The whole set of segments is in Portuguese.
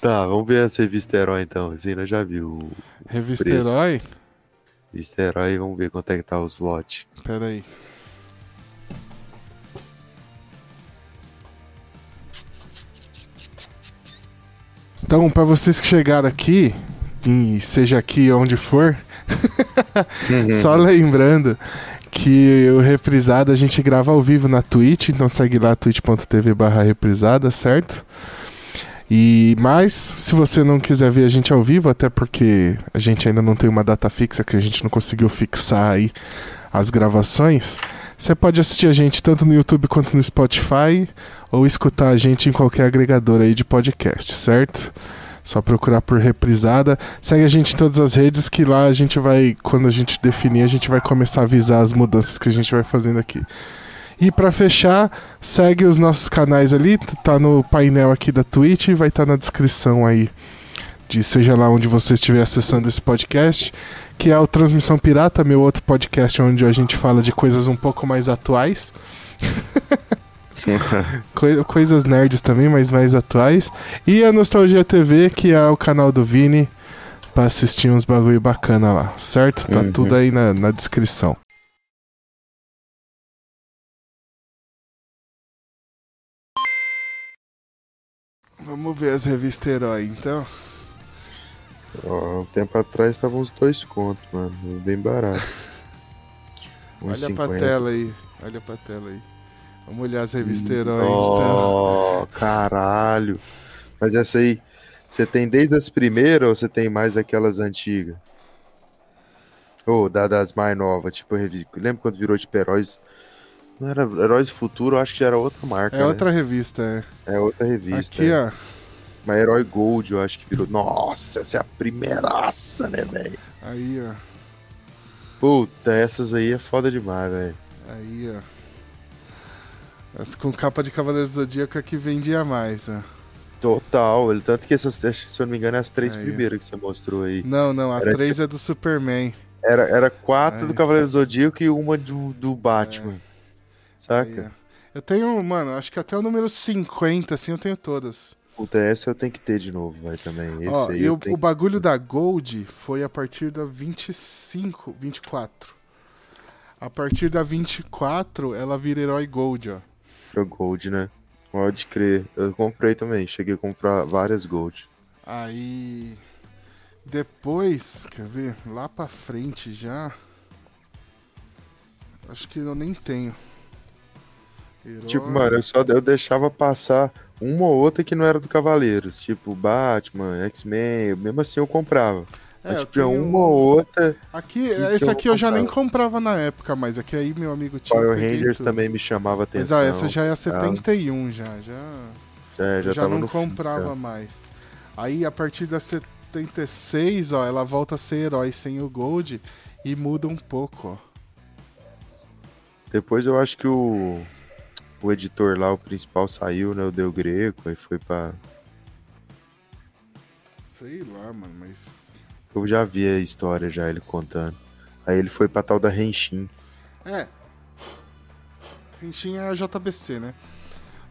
Tá, vamos ver essa revista Herói então. Zina já viu. o Revista preço. Herói? Revista Herói, vamos ver quanto é que tá o slot. Pera aí. Então, pra vocês que chegaram aqui, e seja aqui onde for, só lembrando que o Reprisada a gente grava ao vivo na Twitch, então segue lá twitch.tv barra reprisada, certo? E mas se você não quiser ver a gente ao vivo, até porque a gente ainda não tem uma data fixa, que a gente não conseguiu fixar aí as gravações, você pode assistir a gente tanto no YouTube quanto no Spotify, ou escutar a gente em qualquer agregador aí de podcast, certo? Só procurar por reprisada. Segue a gente em todas as redes que lá a gente vai, quando a gente definir, a gente vai começar a avisar as mudanças que a gente vai fazendo aqui. E pra fechar, segue os nossos canais ali, t- tá no painel aqui da Twitch e vai estar na descrição aí de seja lá onde você estiver acessando esse podcast, que é o Transmissão Pirata, meu outro podcast onde a gente fala de coisas um pouco mais atuais. Coi- Coisas nerds também, mas mais atuais. E a Nostalgia TV, que é o canal do Vini, pra assistir uns bagulho bacana lá, certo? Tá Uhum. tudo aí na, na descrição. Vamos ver as revistas herói, então. Ó, um tempo atrás estavam uns dois contos, mano. Bem barato. Olha Uns pra 50. tela aí, olha pra tela aí. Vamos olhar as revistas Hum, herói, então. Oh, caralho. Mas essa aí, você tem desde as primeiras ou você tem mais daquelas antigas? Ou da- das mais novas, tipo, revi- lembra quando virou tipo Heróis? Não era Heróis do Futuro, eu acho que era outra marca, É né? outra revista, é. É outra revista. Aqui, é. ó. Mas Herói Gold, eu acho que virou. Nossa, essa é a primeiraça, né, velho? Aí, ó. Puta, essas aí é foda demais, velho. Aí, ó. As com capa de Cavaleiro do Zodíaco é que vendia mais, ó. Total, ele- tanto que essas, acho que, se eu não me engano, é as três Aí. primeiras que você mostrou aí. Não, não, a Era tipo 3 é do Superman. Era, era quatro Ai. do Cavaleiro do Zodíaco e uma do, do Batman. É. Aí, é. Saca? ó. eu tenho, mano, acho que até o número 50, assim, eu tenho todas. Puta, essa eu tenho que ter de novo, vai também. Esse ó, aí e eu, o, tenho o bagulho da Gold foi a partir da 25, 24. A partir da 24, ela vira herói Gold, ó. pro Gold, né? Pode crer. Eu comprei também, cheguei a comprar várias Gold. Aí. Depois, quer ver? Lá pra frente já. Acho que eu nem tenho. Herói- Tipo, mano, eu só eu deixava passar uma ou outra que não era do Cavaleiros. Tipo, Batman, X-Men, mesmo assim eu comprava. É, Mas, eu tipo, tinha tenho um uma ou outra. Aqui, que esse eu aqui eu já nem comprava? comprava na época, mas aqui aí meu amigo tinha. eu Power peguei Rangers tudo. também me chamava Mas atenção. ah, essa já é a 71 já, já. É, já, já tava não no fim, né? comprava já. mais. Aí a partir da 76, ó, ela volta a ser herói sem o Gold e muda um pouco, ó. Depois eu acho que o, o editor lá, o principal, saiu, né? O Deu Greco, aí foi pra. Sei lá, mano, mas Eu já vi a história já, ele contando. Aí ele foi pra tal da Renshin. É. Rentinha é a JBC, né?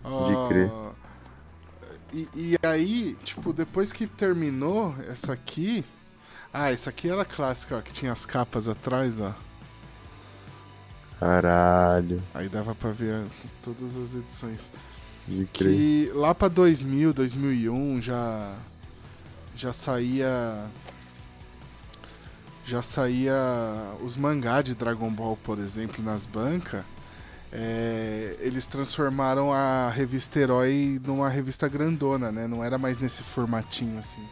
Pode crer. Ah, E, e aí, tipo, depois que terminou essa aqui. Ah, essa aqui era clássica, ó, que tinha as capas atrás, ó. Caralho, Aí dava pra ver ah, todas as edições. de crer. Que lá pra 2000, 2001 já já saía já saía os mangá de Dragon Ball, por exemplo, nas bancas. É, eles transformaram a revista Herói numa revista grandona, né? Não era mais nesse formatinho assim.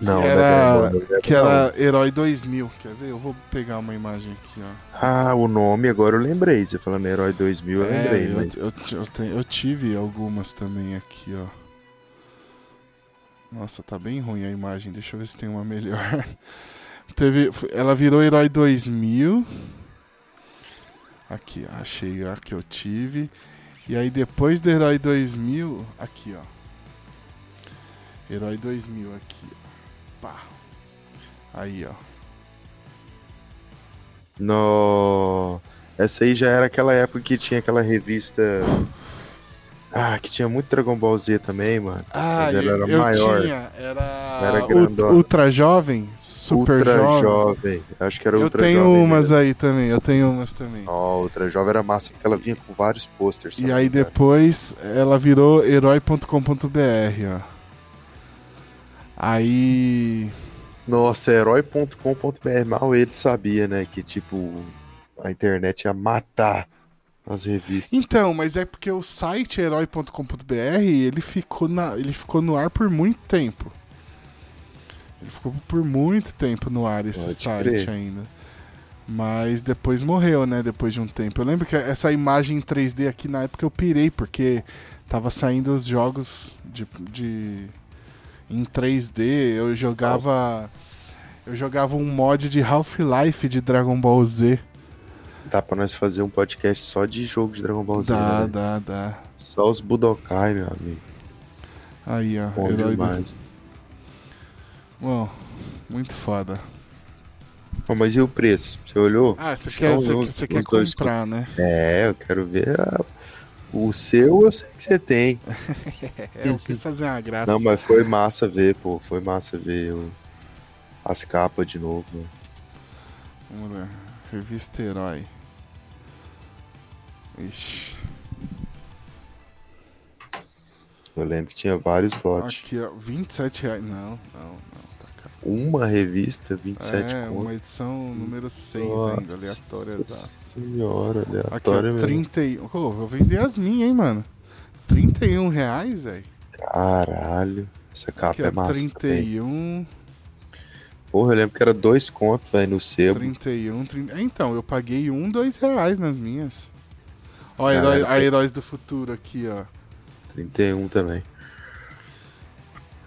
Não, que né, era, velho? Não, que não. era Herói 2000. Quer ver? Eu vou pegar uma imagem aqui, ó. Ah, o nome agora eu lembrei. Você falando Herói 2000, eu É, lembrei, eu, mas. eu ti- eu tenho- eu tive algumas também aqui, ó. Nossa, tá bem ruim a imagem. Deixa eu ver se tem uma melhor. Teve, f- ela virou Herói 2000. Aqui, ó, achei a que eu tive. E aí depois do Herói 2000, aqui, ó. Herói 2000 aqui, ó. Pá. Aí, ó. No... Essa aí já era aquela época que tinha aquela revista. Ah, que tinha muito Dragon Ball Z também, mano. Ah, Mas ela eu, era eu maior. tinha. Era, Era ul- grandona. Ultra Jovem, Super Ultra Jovem. Jovem. Acho que era eu Ultra tenho Jovem. né? umas mesmo. aí também, eu tenho umas também. Ó, Ultra Jovem era massa, porque ela vinha com vários posters. e sabe, aí cara? depois ela virou herói.com.br, ó. Aí. Nossa, herói.com.br, mal ele sabia, né? Que tipo, a internet ia matar as revistas. Então, mas é porque o site herói.com.br ele ficou, na, ele ficou no ar por muito tempo. Ele ficou por muito tempo no ar esse Pode site crer. ainda. Mas depois morreu, né? Depois de um tempo. Eu lembro que essa imagem em 3D aqui na época eu pirei, porque tava saindo os jogos de, de em 3D. Eu jogava. Eu jogava um mod de Half-Life de Dragon Ball Z. Dá pra nós fazer um podcast só de jogo de Dragon Ball Z, Dá, né? dá, dá. Só os Budokai, meu amigo. Aí, ó. Bom herói do- demais. Bom, muito foda. Pô, mas e o preço? Você olhou? Ah, você Não, quer, você, não, quer- você não quer tô comprar, né? É, eu quero ver a- o seu, eu sei que você tem. É, assim. eu quis fazer uma graça. Não, mas foi massa ver, pô. Foi massa ver o- as capas de novo. né? Vamos lá. Revista Herói. Ixi. Eu lembro que tinha vários lotes. Aqui, ó. 27 reais. Não, não, não. Tá caro. Uma revista, 27 é, conto. uma edição número 6 ainda, aleatória. exato. senhora, ah. Aqui, ó, aleatória mesmo. 31. Ô, vou vender as minhas, hein, mano. 31 reais, velho. Caralho. Essa capa Aqui, é ó, massa. 30... 31. Porra, eu lembro que era dois contos, velho, no sebo. 31, 30... É, Então, eu paguei um, dois reais nas minhas. Ó, a, Cara, Heró- a tem- Heróis do Futuro aqui, ó. 31 também.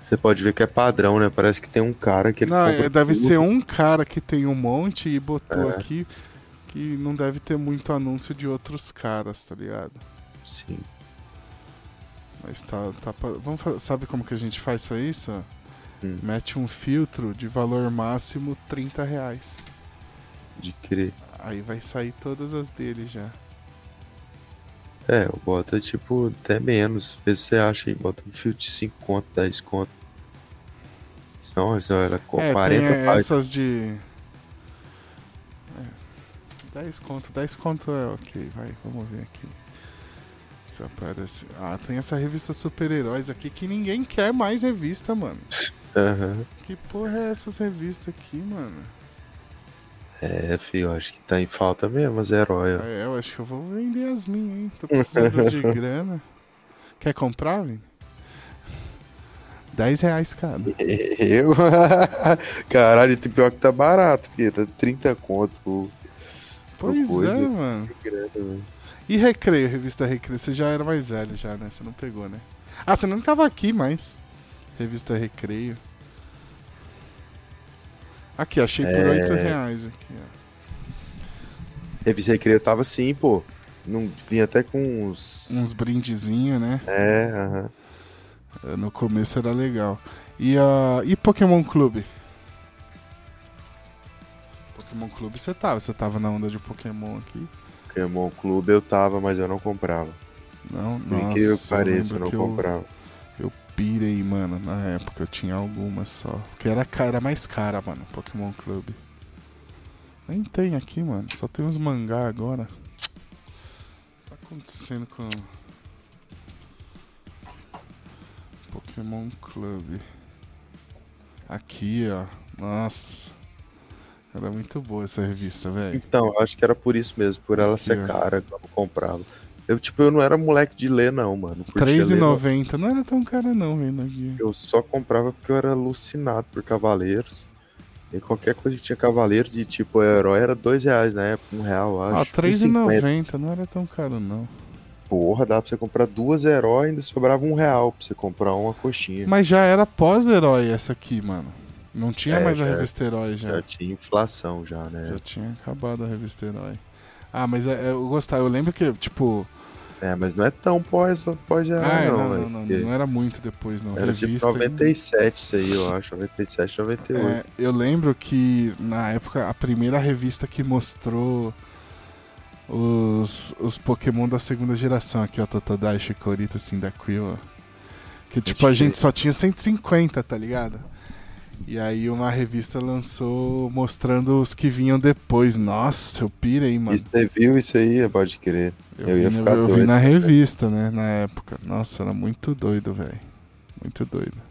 Você pode ver que é padrão, né? Parece que tem um cara que ele Não, compra é, deve tudo. ser um cara que tem um monte e botou É. aqui que não deve ter muito anúncio de outros caras, tá ligado? Sim. Mas tá. tá pa- Vamos fa- Sabe como que a gente faz pra isso? Hum. Mete um filtro de valor máximo 30 reais. De crer. Aí vai sair todas as dele já. É, eu boto tipo até menos. Às vezes você acha aí, bota um fio de 5 conto, 10 conto. Senão, senão era com é, 40 tem reais. essas de. É, 10 conto, 10 conto é ok, vai, vamos ver aqui. Se aparece. Ah, tem essa revista Super-Heróis aqui que ninguém quer mais revista, mano. Aham. Que porra é essas revistas aqui, mano? É, filho, eu acho que tá em falta mesmo, as heróis. ó. Ah, é, eu acho que eu vou vender as minhas, hein? Tô precisando de grana. Quer comprar, Vini? 10 reais cada. Eu? Caralho, tem pior que tá barato, porque tá 30 conto. pô. Pois coisa. é, mano. Que grana, velho. E Recreio, revista Recreio. Você já era mais velho já, né? Você não pegou, né? Ah, você não tava aqui mais. Revista Recreio. Aqui, achei por É. 8 reais aqui, ó. Revista Recreio tava sim, pô. Não vinha até com uns. Uns brindezinhos, né? É, aham. Eh, No começo era legal. E, ah, e Pokémon Clube? Pokémon Clube você tava. Você tava na onda de Pokémon aqui? Pokémon Clube eu tava, mas eu não comprava. Não, Por nossa. incrível que eu pareça, eu lembro não que comprava. pirei, mano, na época. Eu tinha algumas só. Porque era, ca- era mais cara, mano, Pokémon Clube. Nem tem aqui, mano. Só tem uns mangá agora. O que tá acontecendo com. Pokémon Clube. Aqui, ó. Nossa. Era muito boa essa revista, velho. Então, eu acho que era por isso mesmo, por ela ser Aqui, ó. cara, que eu não comprava. Eu, tipo, eu não era moleque de ler, não, mano. Por ler, não. R$3,90. Não era tão cara, não, vendo aqui. Eu só comprava porque eu era alucinado por Cavaleiros. E qualquer coisa que tinha Cavaleiros e, tipo, herói era dois reais na época, um real, eu acho. Ah, R$3,90. R$3,90. Não era tão caro, não. Porra, dá pra você comprar duas heróis e ainda sobrava um real pra você comprar uma coxinha. Mas já era pós-herói essa aqui, mano. Não tinha É, mais a já- revista Herói já. Já tinha inflação, já, Já né? tinha acabado a revista Herói. Ah, mas é- é, eu gostava. Eu lembro que, tipo. É, mas não é tão pós- pós-herói, ah, é, não, não, velho. não, não, porque não era muito depois, não. Era tipo revista. né? 97 isso aí, eu acho. 97, 98. É, eu lembro que na época a primeira revista que mostrou os, os Pokémon da segunda geração aqui, ó, Totodile, Chikorita, assim, da Quill, ó. Que tipo, a gente só tinha 150, tá ligado? E aí uma revista lançou mostrando os que vinham depois. Nossa, eu pirei, mano. E você viu isso aí? Pode crer. Eu, eu vi, ia ficar eu doido. vi na revista, né? Na época. Nossa, era muito doido, velho. Muito doido.